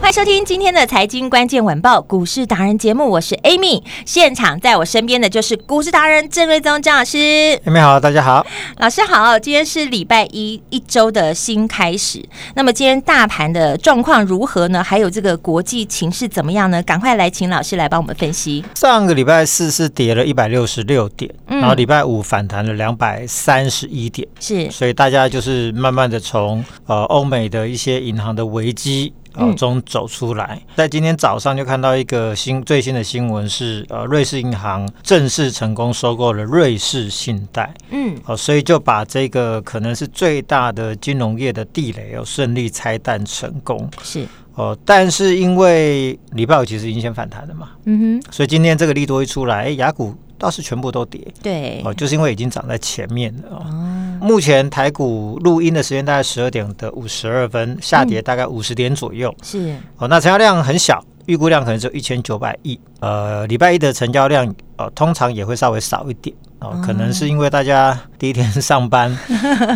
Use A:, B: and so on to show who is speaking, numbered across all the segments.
A: 欢迎收听今天的财经关键晚报股市达人节目，我是 Amy，现场在我身边的就是股市达人郑瑞宗郑老师。
B: 你们好，大家好。
A: 老师好，今天是礼拜一，一周的新开始。那么今天大盘的状况如何呢？还有这个国际情势怎么样呢？赶快来请老师来帮我们分析。
B: 上个礼拜四是跌了一百六十六点，
A: 嗯
B: 然后礼拜五反弹了两百三十一点，
A: 是，
B: 所以大家就是慢慢的从呃欧美的一些银行的危机。呃
A: 嗯
B: 中走出来，在今天早上就看到一个新最新的新闻是，呃，瑞士银行正式成功收购了瑞士信贷，
A: 嗯，
B: 哦，所以就把这个可能是最大的金融业的地雷哦，顺利拆弹成功。
A: 是，
B: 哦，但是因为礼拜五其实已经先反弹了嘛，
A: 嗯哼，
B: 所以今天这个利多一出来，哎，雅股倒是全部都跌
A: 对，
B: 哦，就是因为已经涨在前面了、哦。目前台股录音的时间大概十二点的五十二
A: 嗯
B: 分，下跌大概五十点左右、
A: 是，
B: 哦。那成交量很小，预估量可能只有一千九百亿。呃，礼拜一的成交量哦，通常也会稍微少一点哦，可能是因为大家第一天 上班，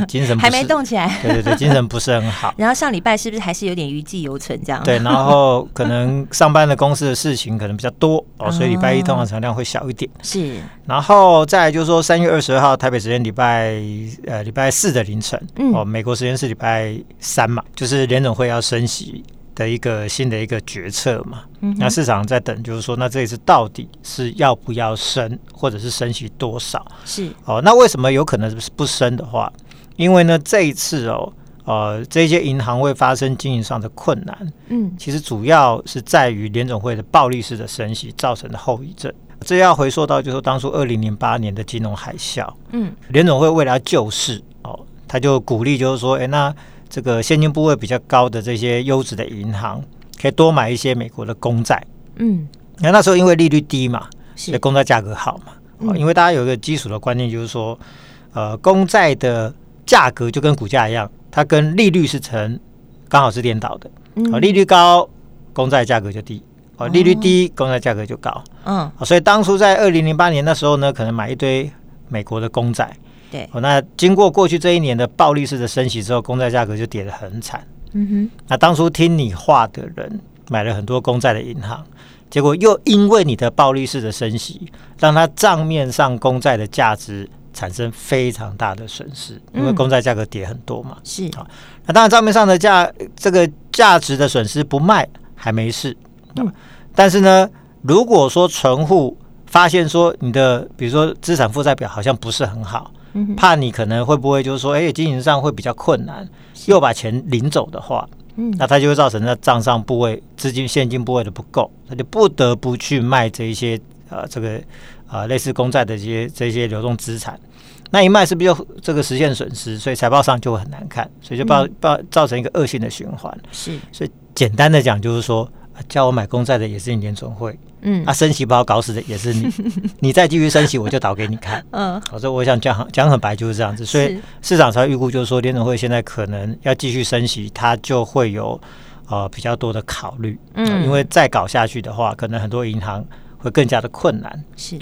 B: 精神不
A: 还
B: 嗯是
A: 没，动起来。
B: 对对对，精神不是很好。
A: 然后上礼拜是不是还是有点余悸犹存这样？，
B: 对，然后可能上班的公司的事情可能比较多哦，所以礼拜一通常成交量会小一点。
A: 是，
B: 然后再来就是说，三月二十二号台北时间礼拜呃礼拜四的凌晨，
A: 嗯
B: 哦，美国时间是礼拜三嘛，就是联总会要升息的一个新的一个决策嘛。
A: 嗯
B: 那
A: 哼，
B: 市场在等，就是说，那这一次到底是要不要升，或者是升息多少？
A: 是，
B: 哦，那为什么有可能是不升的话？因为呢，这一次哦，呃，这些银行会发生经营上的困难，
A: 嗯，
B: 其实主要是在于联总会的暴力式的升息造成的后遗症。这要回溯到就是当初二零零八年的金融海啸，
A: 嗯，
B: 联总会为了要救市，哦，他就鼓励就是说，诶，那这个现金部位比较高的这些优质的银行，可以多买一些美国的公债。
A: 嗯，
B: 那那时候因为利率低嘛，所以
A: 是，
B: 公债价格好嘛，哦，
A: 嗯
B: 因为大家有一个基础的观念就是说，呃，公债的价格就跟股价一样，它跟利率是成刚好是颠倒的。哦，
A: 嗯
B: 利率高，公债价格就低；哦，利率低，公债价格就高。
A: 嗯，
B: 哦所以当初在二零零八年那时候呢，可能买一堆美国的公债。
A: 对
B: 哦，那经过过去这一年的暴力式的升息之后，公债价格就跌得很惨。
A: 嗯哼，
B: 那当初听你话的人买了很多公债的银行，结果又因为你的暴力式的升息，让它账面上公债的价值产生非常大的损失，因为
A: 嗯
B: 公债价格跌很多嘛。
A: 是，
B: 那当然，账面上的价这个价值的损失不卖还没事，
A: 嗯
B: 但是呢，如果说存户发现说你的比如说资产负债表好像不是很好，
A: 嗯哼，
B: 怕你可能会不会就是说，哎、经营上会比较困难，又把钱领走的话，
A: 嗯
B: 那它就会造成那账上部位资金现金部位的不够，他就不得不去卖这一些呃这个呃类似公债的这些这些流动资产。那一卖是不是就这个实现损失？所以财报上就会很难看，所以就
A: 嗯
B: 造造造成一个恶性的循环。
A: 是，
B: 简单的讲就是说，啊叫我买公债的也是你联总会，
A: 嗯
B: 啊升息把我搞死的也是 你，你再继续升息我就倒给你看。
A: 嗯，
B: 好，这我想讲很讲很白就是这样子，所以
A: 是
B: 市场才会预估就是说联总会现在可能要继续升息，它就会有呃比较多的考虑，
A: 嗯
B: 呃因为再搞下去的话，可能很多银行会更加的困难。哦
A: 是，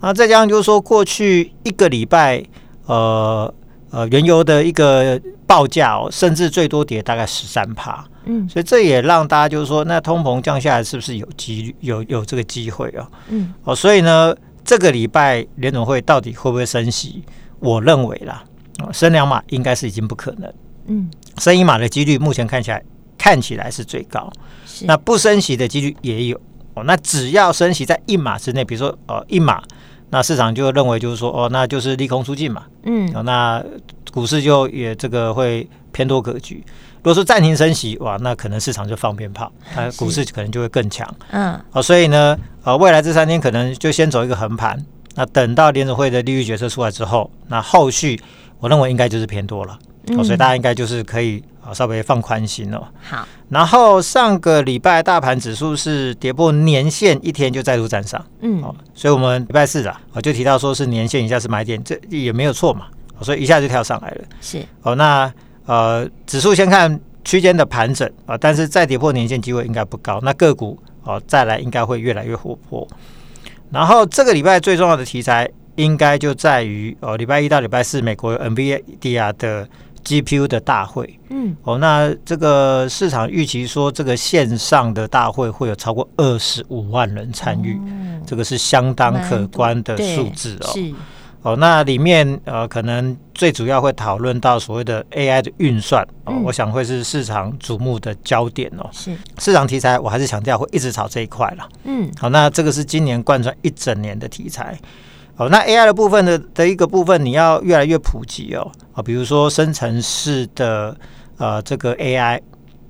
B: 那再加上就是说过去一个礼拜，呃呃原油的一个报价、哦，甚至最多跌大概十三趴，
A: 嗯
B: 所以这也让大家就是说，那通膨降下来是不是有机率有有这个机会哦？
A: 嗯，
B: 哦，所以呢，这个礼拜联总会到底会不会升息？我认为啦，哦、升两码应该是已经不可能，
A: 嗯，
B: 升一码的几率目前看起来看起来是最高，
A: 是，
B: 那不升息的几率也有。哦，那只要升息在一码之内，比如说呃一码，那市场就认为就是说哦，那就是利空出尽嘛，
A: 嗯
B: 哦，那股市就也这个会偏多格局。如果说暂停升息，哇，那可能市场就放鞭炮，它股市可能就会更强。
A: 嗯
B: 哦，所以呢，呃，未来这三天可能就先走一个横盘，那等到联储会的利率决策出来之后，那后续我认为应该就是偏多了，哦，所以大家应该就是可以啊、呃稍微放宽心了。
A: 好，
B: 然后上个礼拜大盘指数是跌破年线，一天就再度站上。
A: 嗯
B: 哦，所以我们礼拜四啊，我就提到说是年线以下是买点，这也没有错嘛，哦所以一下就跳上来了。
A: 是
B: 哦，那呃，指数先看区间的盘整啊、但是再跌破年线机会应该不高。那个股哦，再来应该会越来越活泼。然后这个礼拜最重要的题材应该就在于哦，礼拜一到礼拜四美国有 NVIDIA 的 GPU 的大会
A: 嗯
B: 哦，那这个市场预期说这个线上的大会会有超过二十五万人参与。
A: 哦
B: 这个是相当可观的
A: 对
B: 数字哦。
A: 是
B: 哦，那里面呃，可能最主要会讨论到所谓的 AI 的运算哦，
A: 嗯
B: 我想会是市场瞩目的焦点哦。
A: 是
B: 市场题材我还是强调会一直炒这一块啦。
A: 嗯
B: 好、那这个是今年贯穿一整年的题材。哦，那 AI 的部分的的一个部分，你要越来越普及哦。啊、比如说生成式的呃这个 AI，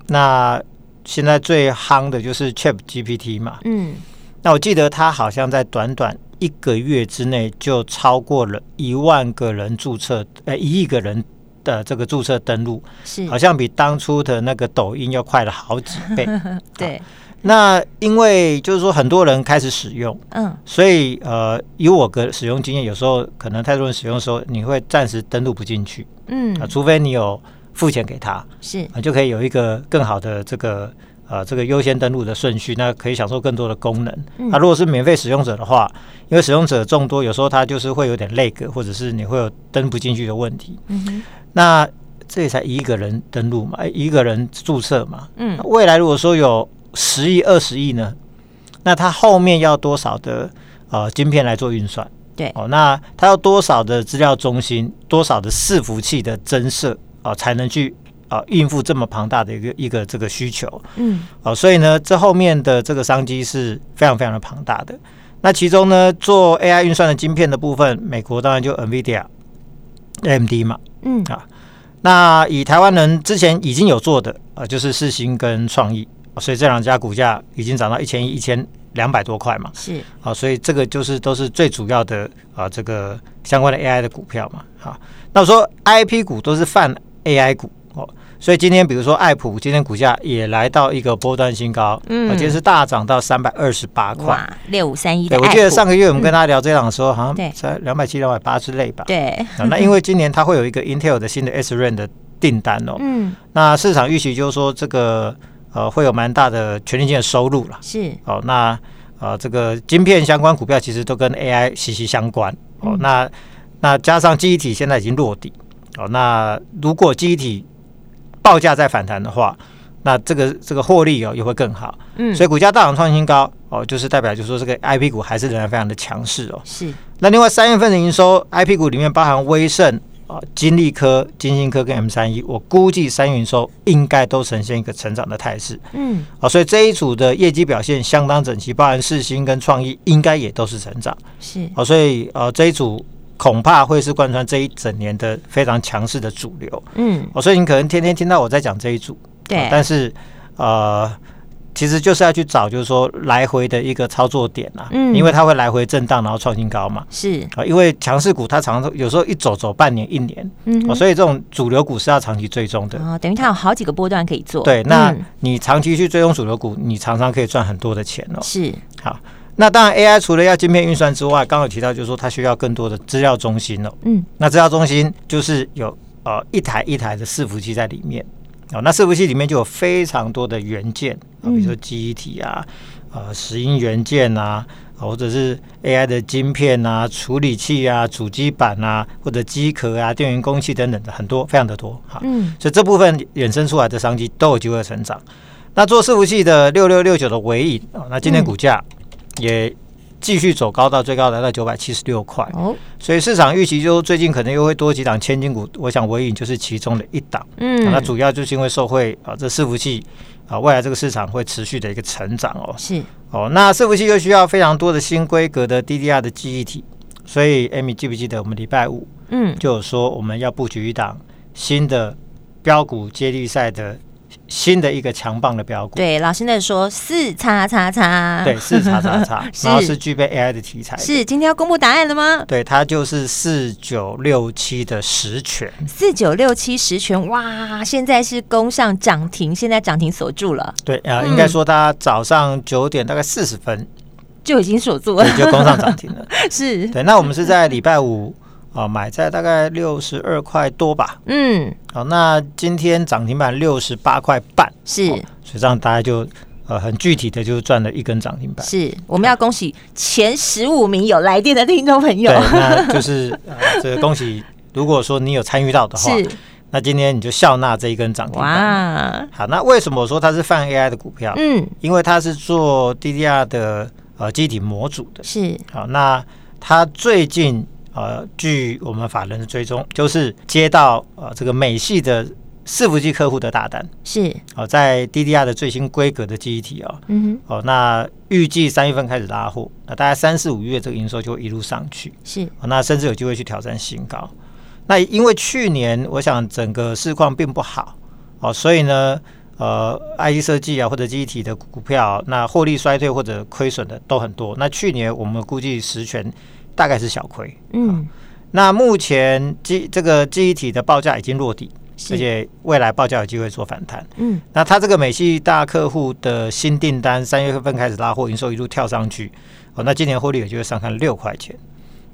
B: 那现在最夯的就是 Chat GPT 嘛。
A: 嗯
B: 那我记得他好像在短短一个月之内就超过了一万个人注册，呃，一亿个人的这个注册登录，
A: 是
B: 好像比当初的那个抖音要快了好几倍。
A: 对
B: 那因为就是说很多人开始使用，
A: 嗯
B: 所以呃，以我个使用经验，有时候可能太多人使用的时候，你会暂时登录不进去啊、
A: 嗯
B: 除非你有付钱给他啊、
A: 是
B: 就可以有一个更好的这个。呃，这个优先登录的顺序，那可以享受更多的功能。
A: 嗯
B: 那、如果是免费使用者的话，因为使用者众多，有时候它就是会有点 lag，或者是你会有登不进去的问题。
A: 嗯哼
B: 那这也才一个人登录嘛，哎一个人注册嘛。那
A: 嗯
B: 未来如果说有十亿、二十亿呢，那它后面要多少的呃晶片来做运算？
A: 对
B: 哦，那它要多少的资料中心、多少的伺服器的增设啊、哦才能去啊、呃应付这么庞大的一个一个这个需求？
A: 嗯
B: 哦，所以呢，这后面的这个商机是非常非常的庞大的。那其中呢，做 AI 运算的晶片的部分，美国当然就 NVIDIA、AMD 嘛。
A: 嗯
B: 啊那以台湾人之前已经有做的啊、呃就是世星跟创意，哦所以这两家股价已经涨到一千一、一千两百多块嘛。
A: 是
B: 啊，所以这个就是都是最主要的啊，这个相关的 AI 的股票嘛。好、那我说 IP 股都是泛 AI 股哦，所以今天比如说爱普，今天股价也来到一个波段新高，
A: 嗯
B: 啊今天是大涨到三百二十八块。
A: 哇六五三一的
B: 对，
A: 爱
B: 我
A: 普，
B: 记得上个月我们跟大家聊这档的时候，好像
A: 对
B: 在两百七、两百八之类吧。
A: 对
B: 啊、那因为今年它会有一个 Intel 的新的 S r a n 的订单哦，
A: 嗯
B: 那市场预期就是说这个呃会有蛮大的全年性的收入啦。
A: 是
B: 哦，那呃，这个晶片相关股票其实都跟 AI 息息相关。
A: 嗯
B: 哦，那那加上记忆体现在已经落地。哦，那如果记忆体报价再反弹的话，那这个这个获利哦也会更好。
A: 嗯
B: 所以股价大涨创新高哦，就是代表就是说这个 IP 股还是仍然非常的强势哦。
A: 是
B: 那另外三月份的营收 IP 股里面包含威盛。啊，金利科、金星科跟 M 三一，我估计三月营收应该都呈现一个成长的态势。
A: 嗯
B: 好、所以这一组的业绩表现相当整齐，包含世新跟创意应该也都是成长。
A: 是
B: 好、所以呃这一组恐怕会是贯穿这一整年的非常强势的主流。
A: 嗯
B: 哦，所以你可能天天听到我在讲这一组，
A: 对
B: 哦但是呃其实就是要去找就是说来回的一个操作点啊，
A: 嗯
B: 因为它会来回震荡，然后创新高嘛。
A: 是
B: 啊、因为强势股它常常有时候一走走半年一年，
A: 嗯
B: 哦，所以这种主流股是要长期追踪的。
A: 哦，等于它有好几个波段可以做，
B: 对，那
A: 嗯
B: 你长期去追踪主流股，你常常可以赚很多的钱哦。
A: 是
B: 好，那当然 AI 除了要晶片运算之外，刚刚有提到就是说它需要更多的资料中心哦。
A: 嗯
B: 那资料中心就是有呃一台一台的伺服器在里面哦，那伺服器里面就有非常多的元件，哦、比如说记忆体啊、呃石英元件啊，哦或者是 AI 的晶片啊、处理器啊、主机板啊，或者机壳啊、电源供器等等的很多，非常的多哈。
A: 嗯
B: 所以这部分衍生出来的商机都有机会成长。那做伺服器的六六六九的尾影啊，那今天股价也继续走高到最高来到九百七十六块，
A: 哦
B: 所以市场预期就是最近可能又会多几档千金股，我想尾影就是其中的一档。
A: 嗯
B: 啊那主要就是因为受惠啊，这伺服器啊，未来这个市场会持续的一个成长哦。
A: 是
B: 哦，那伺服器又需要非常多的新规格的 DDR 的记忆体，所以 Amy 记不记得我们礼拜五
A: 嗯
B: 就有说我们要布局一档新的标股接力赛的新的一个强棒的标股。
A: 对，老师那说四叉叉叉，
B: 对，是叉叉叉
A: ，是
B: 然后是具备 AI 的题材的。
A: 是今天要公布答案了吗？
B: 对，它就是四九六七的实权。
A: 四九六七十全，哇，现在是攻上涨停，现在涨停锁住了，
B: 对啊、呃应该说它早上九点大概四十分
A: 就已经锁住了
B: 对，就攻上涨停了。
A: 是，
B: 对，那我们是在礼拜五啊、买在大概六十二块多吧。
A: 嗯，
B: 好、那今天涨停板六十八块半，
A: 是、
B: 所以这样大家就呃很具体的就赚了一根涨停板。
A: 是，我们要恭喜前十五名有来电的听众朋友
B: 对，，那就是呃，这个恭喜，如果说你有参与 到的话，
A: 是，
B: 那今天你就笑纳这一根涨停板。
A: 哇，
B: 好，那为什么我说它是泛 AI 的股票？
A: 嗯，
B: 因为它是做 DDR 的呃机体模组的。
A: 是，
B: 好，那它最近呃，据我们法人的追踪，就是接到呃这个美系的伺服器客户的大单，
A: 是，
B: 哦、在 DDR 的最新规格的记忆体哦，
A: 嗯
B: 哦，那预计三月份开始拉货，那大概三四五月这个营收就会一路上去，
A: 哼，是，
B: 哦，那甚至有机会去挑战新高。那因为去年我想整个市况并不好，哦，所以呢，呃，IC 设计啊或者记忆体的股票，那获利衰退或者亏损的都很多。那去年我们估计实权大概是小亏。
A: 嗯，
B: 那目前记这个记忆体的报价已经落地，
A: 是
B: 而且未来报价有机会做反弹。
A: 嗯，
B: 那它这个美系大客户的新订单，三月份开始拉货，营收一路跳上去，哦，那今年获利也就会上看六块钱。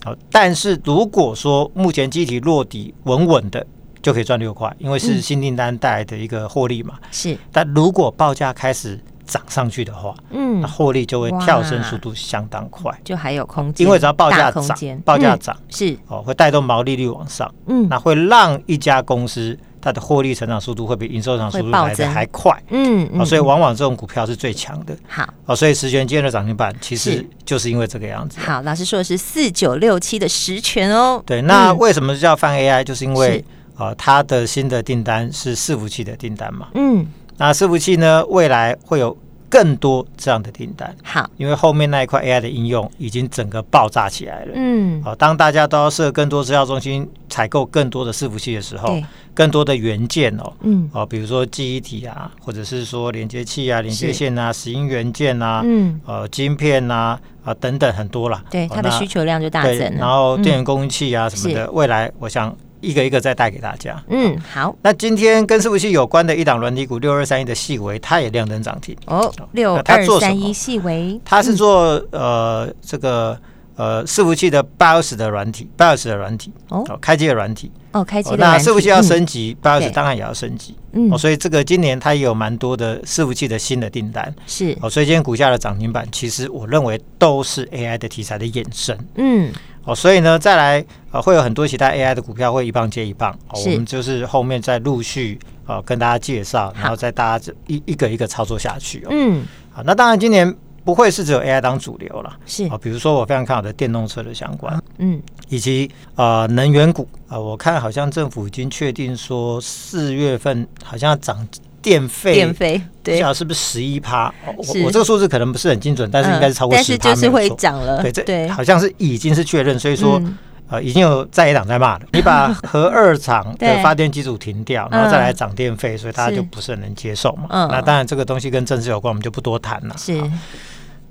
B: 好、但是如果说目前机体落底稳稳的，就可以赚六块，因
A: 嗯
B: 为是新订单带来的一个获利嘛。
A: 是，
B: 但如果报价开始涨上去的话，
A: 嗯
B: 那，获利就会跳升
A: 哇
B: 速度相当快，
A: 就还有空间，
B: 因为只要报
A: 大
B: 价
A: 空间
B: 涨，报价
A: 嗯
B: 涨。
A: 是，
B: 哦，会带动毛利率往上，
A: 嗯
B: 那会让一家公司它的获利成长速度会比营收成长速
A: 会
B: 度
A: 暴
B: 来的
A: 增
B: 还快。
A: 嗯
B: 哦，
A: 嗯，
B: 所以往往这种股票是最强的
A: 好。
B: 哦，所以十全今天的涨停板其实
A: 是
B: 就是因为这个样子。
A: 好，老师说的是四九六七的实权哦。
B: 对，那
A: 嗯
B: 为什么叫泛 AI？就是因为
A: 是
B: 呃，它的新的订单是伺服器的订单嘛。
A: 嗯，
B: 那伺服器呢，未来会有更多这样的订单，
A: 好，
B: 因为后面那一块 AI 的应用已经整个爆炸起来了。
A: 嗯，
B: 好、当大家都要设更多资料中心，采购更多的伺服器的时候
A: 对，
B: 更多的元件哦，
A: 嗯
B: 哦，比如说记忆体啊，或者是说连接器啊、连接
A: 是
B: 线啊、石英元件啊，
A: 嗯，
B: 呃，晶片呐啊、等等很多啦。
A: 对，
B: 哦
A: 它的需求量就
B: 那
A: 大
B: 对
A: 增嗯了。
B: 然后
A: 嗯
B: 电源供应器啊什么的，未来我想一个一个再带给大家。
A: 嗯，好
B: 那今天跟伺服器有关的一档软体股六二三一的细微，它也亮灯涨停。
A: 哦，六
B: 那它
A: 二
B: 做什
A: 三一
B: 么
A: 细微，
B: 它是做、
A: 嗯
B: 呃这个呃伺服器的 BIOS 的软体，BIOS 的软体
A: 哦
B: 开机的软体。
A: 哦，开机的
B: 那
A: 软
B: 伺服器
A: 体
B: 要
A: 嗯
B: 升级、b i o
A: 对
B: s 当然也要升级。
A: 嗯
B: 哦，所以这个今年它也有蛮多的伺服器的新的订单。
A: 是，
B: 哦，所以今天股价的涨停板，其实我认为都是 AI 的题材的衍生。
A: 嗯，
B: 哦，所以呢，再来呃，会有很多其他 AI 的股票会一棒接一棒。哦，
A: 是
B: 我们就是后面再陆续呃跟大家介绍，然
A: 好
B: 后再大家这一一个一个操作下去哦。
A: 嗯，
B: 好，那当然今年不会是只有 AI 当主流了。
A: 是
B: 哦，，比如说我非常看好的电动车的相关，
A: 嗯，
B: 以及呃能源股啊、呃我看好像政府已经确定说四月份好像涨电费，
A: 电费
B: 不
A: 对
B: 知，道是不是十一趴？哦
A: 是
B: 我我这个数字可能不是很精准，但是应该是超过
A: 嗯
B: 十趴、
A: 但是就是
B: 没
A: 会
B: 有错。
A: 涨了，
B: 对，这
A: 对，
B: 好像是已经是确认，所以说、
A: 嗯
B: 呃，已经有在野党在骂了。你把核二厂
A: 对嗯
B: 的发电机组停掉，然后再来涨电费，所以大家
A: 是
B: 就不是很能接受嘛。
A: 嗯
B: 那当然这个东西跟政治有关，我们就不多谈了。
A: 是
B: 好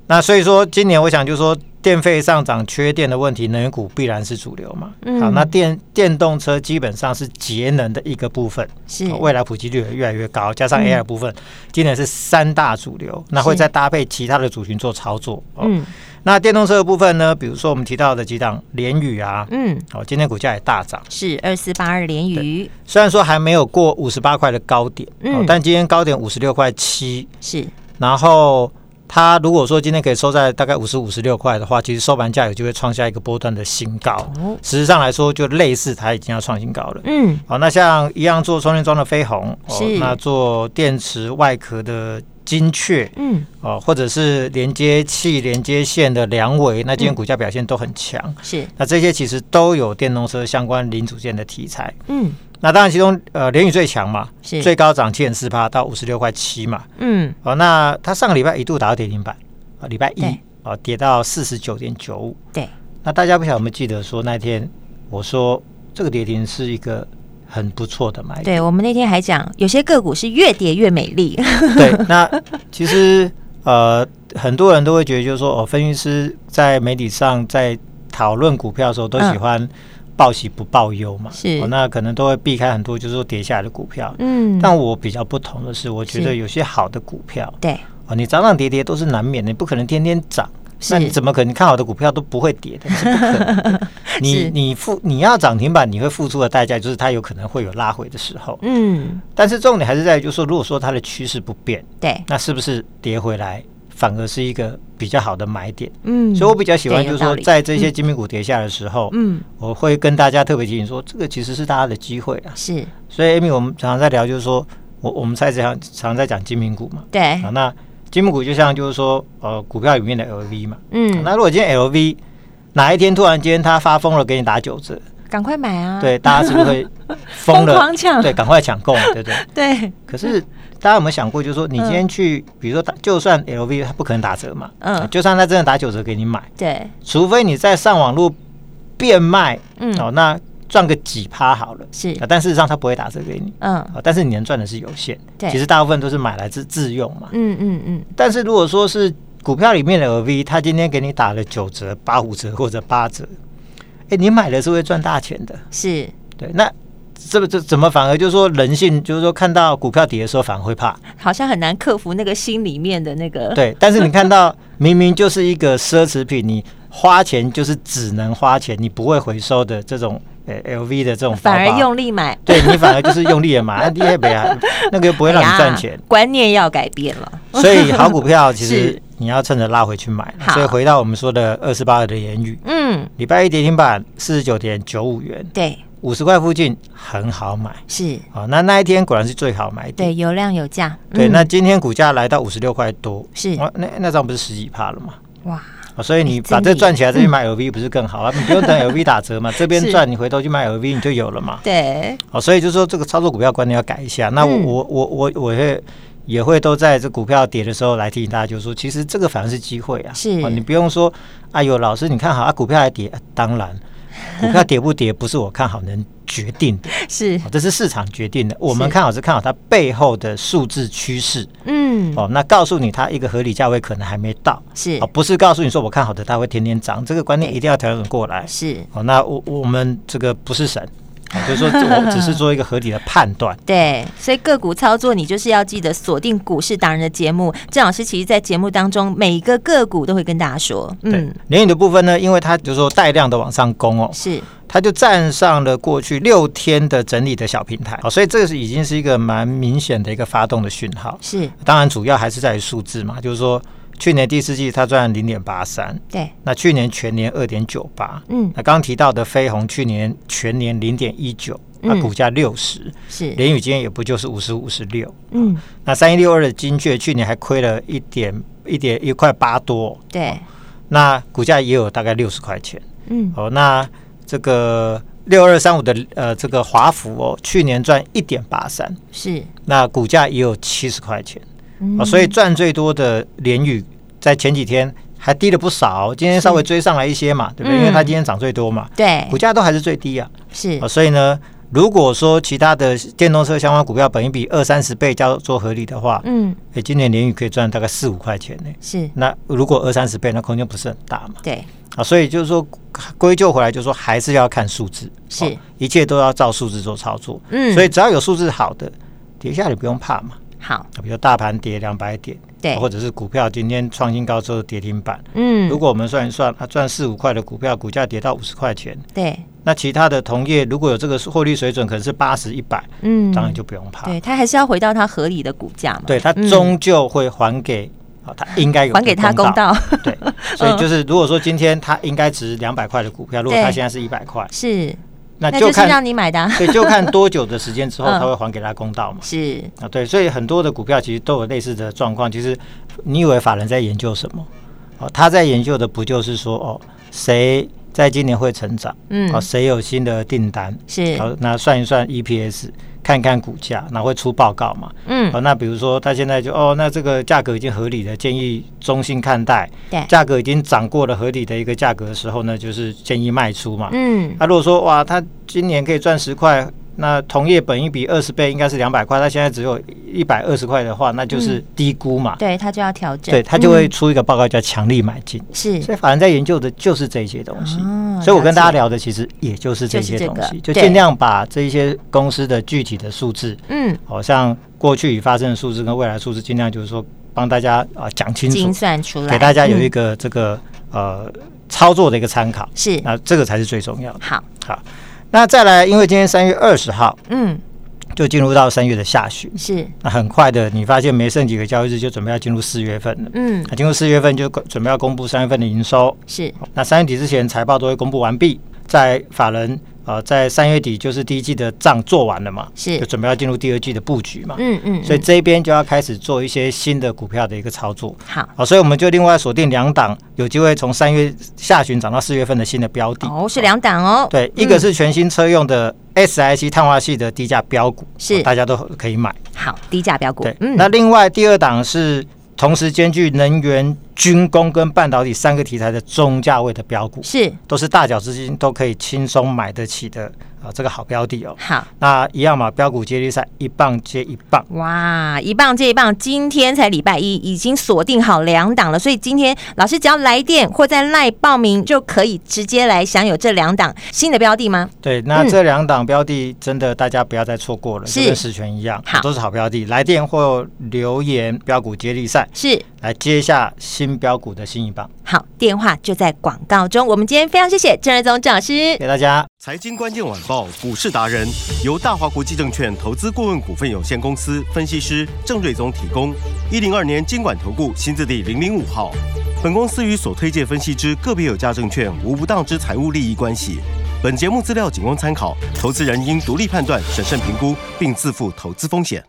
B: 那所以说，今年我想就是说，电费上涨、缺电的问题，能源股必然是主流嘛。
A: 嗯
B: 好，那电电动车基本上是节能的一个部分，
A: 是
B: 哦未来普及率也越来越高，加
A: 嗯
B: 上 AI 的部分，今年是三大主流，那会再搭配其他的族群做操作。哦
A: 嗯
B: 那电动车的部分呢，比如说我们提到的几档联宇啊，
A: 嗯
B: 哦，今天股价也大涨，
A: 是二四八二连鱼
B: 虽然说还没有过五十八块的高点，
A: 嗯
B: 哦，但今天高点五十六块七，
A: 是
B: 然后它如果说今天可以收在大概五十五、十六块的话，其实收盘价有机会创下一个波段的新高。
A: 哦
B: 实质上来说，就类似它已经要创新高了。
A: 嗯
B: 好、那像一样做充电桩的飞鸿，哦
A: 是
B: 那做电池外壳的精确，
A: 嗯
B: 哦，或者是连接器、连接线的梁伟，那今天股价表现都很强。
A: 是
B: 那这些其实都有电动车相关零组件的题材。
A: 嗯
B: 那当然，其中呃联宇最强嘛，
A: 是
B: 最高涨七点四趴到五十六块七嘛。
A: 嗯
B: 哦，那它上个礼拜一度打到跌停板，啊、礼拜一
A: 对
B: 哦跌到四十九点九五。
A: 对
B: 那大家不晓得有没有记得说那天我说这个跌停是一个很不错的买点。
A: 对我们那天还讲，有些个股是越跌越美 丽，
B: 对，那其实呃，很多人都会觉得，就是说，哦，分析师在媒体上在讨论股票的时候，都喜欢报喜不报忧嘛，
A: 嗯是
B: 哦，那可能都会避开很多就是说跌下来的股票。
A: 嗯，
B: 但我比较不同的是，我觉得
A: 是
B: 有些好的股票，
A: 对，
B: 哦，你涨涨跌跌都是难免的，你不可能天天涨。
A: 是
B: 那你怎么可能看好的股票都不会跌的？是不可 能的
A: 是
B: 你你付你要涨停板，你会付出的代价就是它有可能会有拉回的时候。
A: 嗯，
B: 但是重点还是在于，就是说，如果说它的趋势不变，
A: 对，
B: 那是不是跌回来反而是一个比较好的买点？
A: 嗯，
B: 所以我比较喜欢
A: 对
B: 就
A: 有
B: 是
A: 道
B: 说，
A: 理
B: 在这些精品股跌下的时候，
A: 嗯，
B: 我会跟大家特别提醒说，这个其实是大家的机会啊。
A: 是
B: 所以 Amy，我们常常在聊，就是说我我们在常常在讲精品股嘛，
A: 对
B: 啊，，那精品股就像就是说呃股票里面的 LV 嘛，
A: 嗯，
B: 那如果今天 LV 哪一天突然间它发疯了，给你打九折，
A: 赶快买啊，
B: 对，大家是不是 会
A: 疯
B: 疯了？
A: 狂抢，
B: 对，赶快抢购嘛，对不对？
A: 对，
B: 可是大家有没有想过，就是说你今天去，比如说打，就算 LV 它不可能打折嘛，啊
A: 嗯
B: 就算它真的打九折给你买，
A: 对，
B: 除非你在上网路变卖，
A: 嗯
B: 哦，那赚个几趴好了，
A: 是
B: 啊但事实上它不会打折给你。
A: 嗯
B: 啊，但是你能赚的是有限，
A: 对
B: 其实大部分都是买来自自用嘛。
A: 嗯嗯嗯，
B: 但是如果说是股票里面的 LV，它今天给你打了九折、八五折或者八折，哎，你买的是会赚大钱的，
A: 是
B: 对？那这不这怎么反而就是说人性，就是说看到股票跌的时候反而会怕，
A: 好像很难克服那个心里面的那 个，
B: 对，但是你看到明明就是一个奢侈品，你花钱就是只能花钱，你不会回收的这种呃 LV 的这种包
A: 反而
B: 包，
A: 用力买，
B: 对你反而就是用力的买，你也别啊，那个又不会让你 赚
A: 哎
B: 钱
A: 呀。观念要改变了，
B: 所以好股票其实
A: 是
B: 你要趁着拉回去买
A: 好。
B: 所以回到我们说的二十八的言语，
A: 嗯，
B: 礼拜一跌停板四十九点九五元，
A: 对，
B: 五十块附近很好买。
A: 是，
B: 好，那那一天果然是最好买点。
A: 对，有嗯量有价，
B: 对，
A: 嗯
B: 那今天股价来到五十六块多，
A: 是
B: 哇那那张不是十几趴了吗？
A: 哇，
B: 哦所以你
A: 真
B: 把
A: 的
B: 这
A: 耶
B: 赚起来再去
A: 嗯
B: 买 LV 不是更好啊？你 不用等 LV 打折嘛，这边
A: 是
B: 赚你回头去买 LV 你就有了嘛。
A: 对，
B: 哦，所以就是说这个操作股票观念要改一下。那我、
A: 嗯
B: 我我我我会也会都在这股票跌的时候来提醒大家，就是说其实这个反而是机会啊。
A: 是
B: 哦，你不用说，哎呦，老师你看好啊，股票还跌，啊当 然。股票跌不跌不是我看好能决定的，
A: 是
B: 哦，这是市场决定的。我们
A: 是
B: 看好是看好它背后的数字趋势
A: 嗯，
B: 哦，那告诉你它一个合理价位可能还没到，
A: 是
B: 哦，不是告诉你说我看好的它会天天涨，这个观念
A: 对
B: 一定要调整过来。
A: 是，
B: 哦，那我我们这个不是神，哦就是说 我只是做一个合理的判断。
A: 对，所以个股操作你就是要记得锁定股市达人的节目。郑老师其实，在节目当中每一个个股都会跟大家说，
B: 对
A: 嗯，，
B: 联宇的部分呢，因为它就是说带量的往上攻哦，
A: 是
B: 它就站上了过去六天的整理的小平台，哦，所以这个是已经是一个蛮明显的一个发动的讯号。
A: 是，
B: 当然，主要还是在于数字嘛，就是说去年第四季它赚零点八三，
A: 对，
B: 那去年全年二点九八，
A: 嗯，
B: 那刚刚提到的飞鸿去年全年零点一九，那
A: 嗯
B: 股价六十，
A: 是，
B: 联宇今天也不就是五十五十六，
A: 嗯，
B: 那三一六二的金雀去年还亏了一点一点一块八多，
A: 对，
B: 那股价也有大概六十块钱。
A: 嗯，
B: 哦，那这个六二三五的呃这个华孚哦，去年赚一点八三，
A: 是，
B: 那股价也有七十块钱。
A: 嗯
B: 哦，所以赚最多的联宇在前几天还低了不少哦，今天稍微追上来一些嘛，对不对？因为它
A: 嗯
B: 今天涨最多嘛，
A: 对
B: 股，价都还是最低啊。
A: 是
B: 哦，所以呢，如果说其他的电动车相关股票本一比二三十倍叫做合理的话，
A: 嗯，
B: 诶，今年联宇可以赚大概四五块钱呢。
A: 是，
B: 那如果二三十倍，那空间不是很大嘛？
A: 对，
B: 啊，所以就是说，归咎回来就是说，还是要看数字，啊
A: 是
B: 一切都要照数字做操作。
A: 嗯
B: 所以只要有数字好的，跌下你不用怕嘛。
A: 好，
B: 比如大盘跌两百点，啊
A: 对
B: 或者是股票今天创新高之后跌停板，
A: 嗯
B: 如，果我们算一算，它赚四五块的股票，股价跌到五十块钱，
A: 对，
B: 那其他的同业如果有这个获利水准，可能是八十、一百，
A: 嗯，
B: 当然就不用怕。
A: 对，它还是要回到它合理的股价嘛，
B: 对，它
A: 嗯
B: 终究会还给啊，它应该有
A: 还给
B: 的
A: 他公道， 嗯
B: 对，所以就是如果说今天它应该值两百块的股票，如果它
A: 对
B: 现在是一百块，
A: 是，
B: 那
A: 那
B: 就
A: 就是让
B: 看
A: 你买的啊，
B: 对，就看多久的时间之后
A: 嗯
B: 它会还给它公道嘛。
A: 是，
B: 啊，对，所以很多的股票其实都有类似的状况。其实你以为法人在研究什么？哦，他在研究的不就是说哦，谁在今年会成长？
A: 嗯
B: 哦，谁有新的订单？
A: 是，
B: 好，那算一算 EPS，看看股价，那会出报告嘛？
A: 嗯，
B: 哦，那比如说他现在就哦，那这个价格已经合理的，建议中性看待。
A: 对，
B: 价格已经涨过了合理的一个价格的时候呢，就是建议卖出嘛。
A: 嗯，
B: 那、如果说哇，它今年可以赚十块，那同业本一比二十倍应该是两百块，它现在只有一百二十块的话，那就是低估嘛。
A: 嗯对它就要调整，
B: 对，它就会
A: 嗯
B: 出一个报告叫强力买进。
A: 是
B: 所以法人在研究的就是这些东西，
A: 哦
B: 所以我跟大家
A: 了解
B: 聊的其实也就是这些东西，
A: 就是这个
B: 就
A: 对
B: 尽量把这一些公司的具体的数字，
A: 嗯
B: 好、像过去已发生的数字跟未来的数字，尽量就是说帮大家啊讲清楚
A: 精，算出来
B: 给大家有一
A: 嗯
B: 个这个、呃操作的一个参考，
A: 是
B: 那这个才是最重要的。
A: 好
B: 好，那再来，因为今天三月二十号
A: 嗯
B: 就进入到三月的下旬，
A: 是
B: 那很快的，你发现没剩几个交易日就准备要进入四月份了。
A: 嗯
B: 那进入四月份就准备要公布三月份的营收，
A: 是
B: 那三月底之前财报都会公布完毕，在法人啊、呃在三月底就是第一季的账做完了嘛，
A: 是
B: 就准备要进入第二季的布局嘛，
A: 嗯嗯
B: 所以
A: 嗯
B: 这边就要开始做一些新的股票的一个操作。
A: 好
B: 好，所以我们就另外锁定两档有机会从三月下旬涨到四月份的新的标的。
A: 哦是两档哦
B: 对，一个是全新车用的 SIC 碳化系的低价标股，哦
A: 是嗯
B: 大家都可以买。
A: 好低价标股
B: 对，那另外第二档是同时兼具能源、军工跟半导体三个题材的中价位的标股，
A: 是
B: 都是大小资金都可以轻松买得起的啊，这个好标的哦。
A: 好
B: 那一样嘛，标股接力赛一棒接一棒。
A: 哇，一棒接一棒，今天才礼拜一，已经锁定好两档了，所以今天老师只要来电或在赖报名，就可以直接来享有这两档新的标的吗？
B: 对，那
A: 嗯
B: 这两档标的真的大家不要再错过了，
A: 是
B: 就跟实权一样
A: 好，
B: 都是好标的。来电或留言标股接力赛，
A: 是，
B: 来接下新标股的新一棒。
A: 好，电话就在广告中。我们今天非常谢谢郑瑞宗郑老师
B: 谢。谢大家。
C: 财经关键晚报股市达人由大华国际证券投资顾问股份有限公司分析师郑瑞宗提供。一零二年经管投顾新字第零零五号。本公司与所推介分析之个别有价证券无不当之财务利益关系。本节目资料仅供参考，投资人应独立判断、审慎评估，并自负投资风险。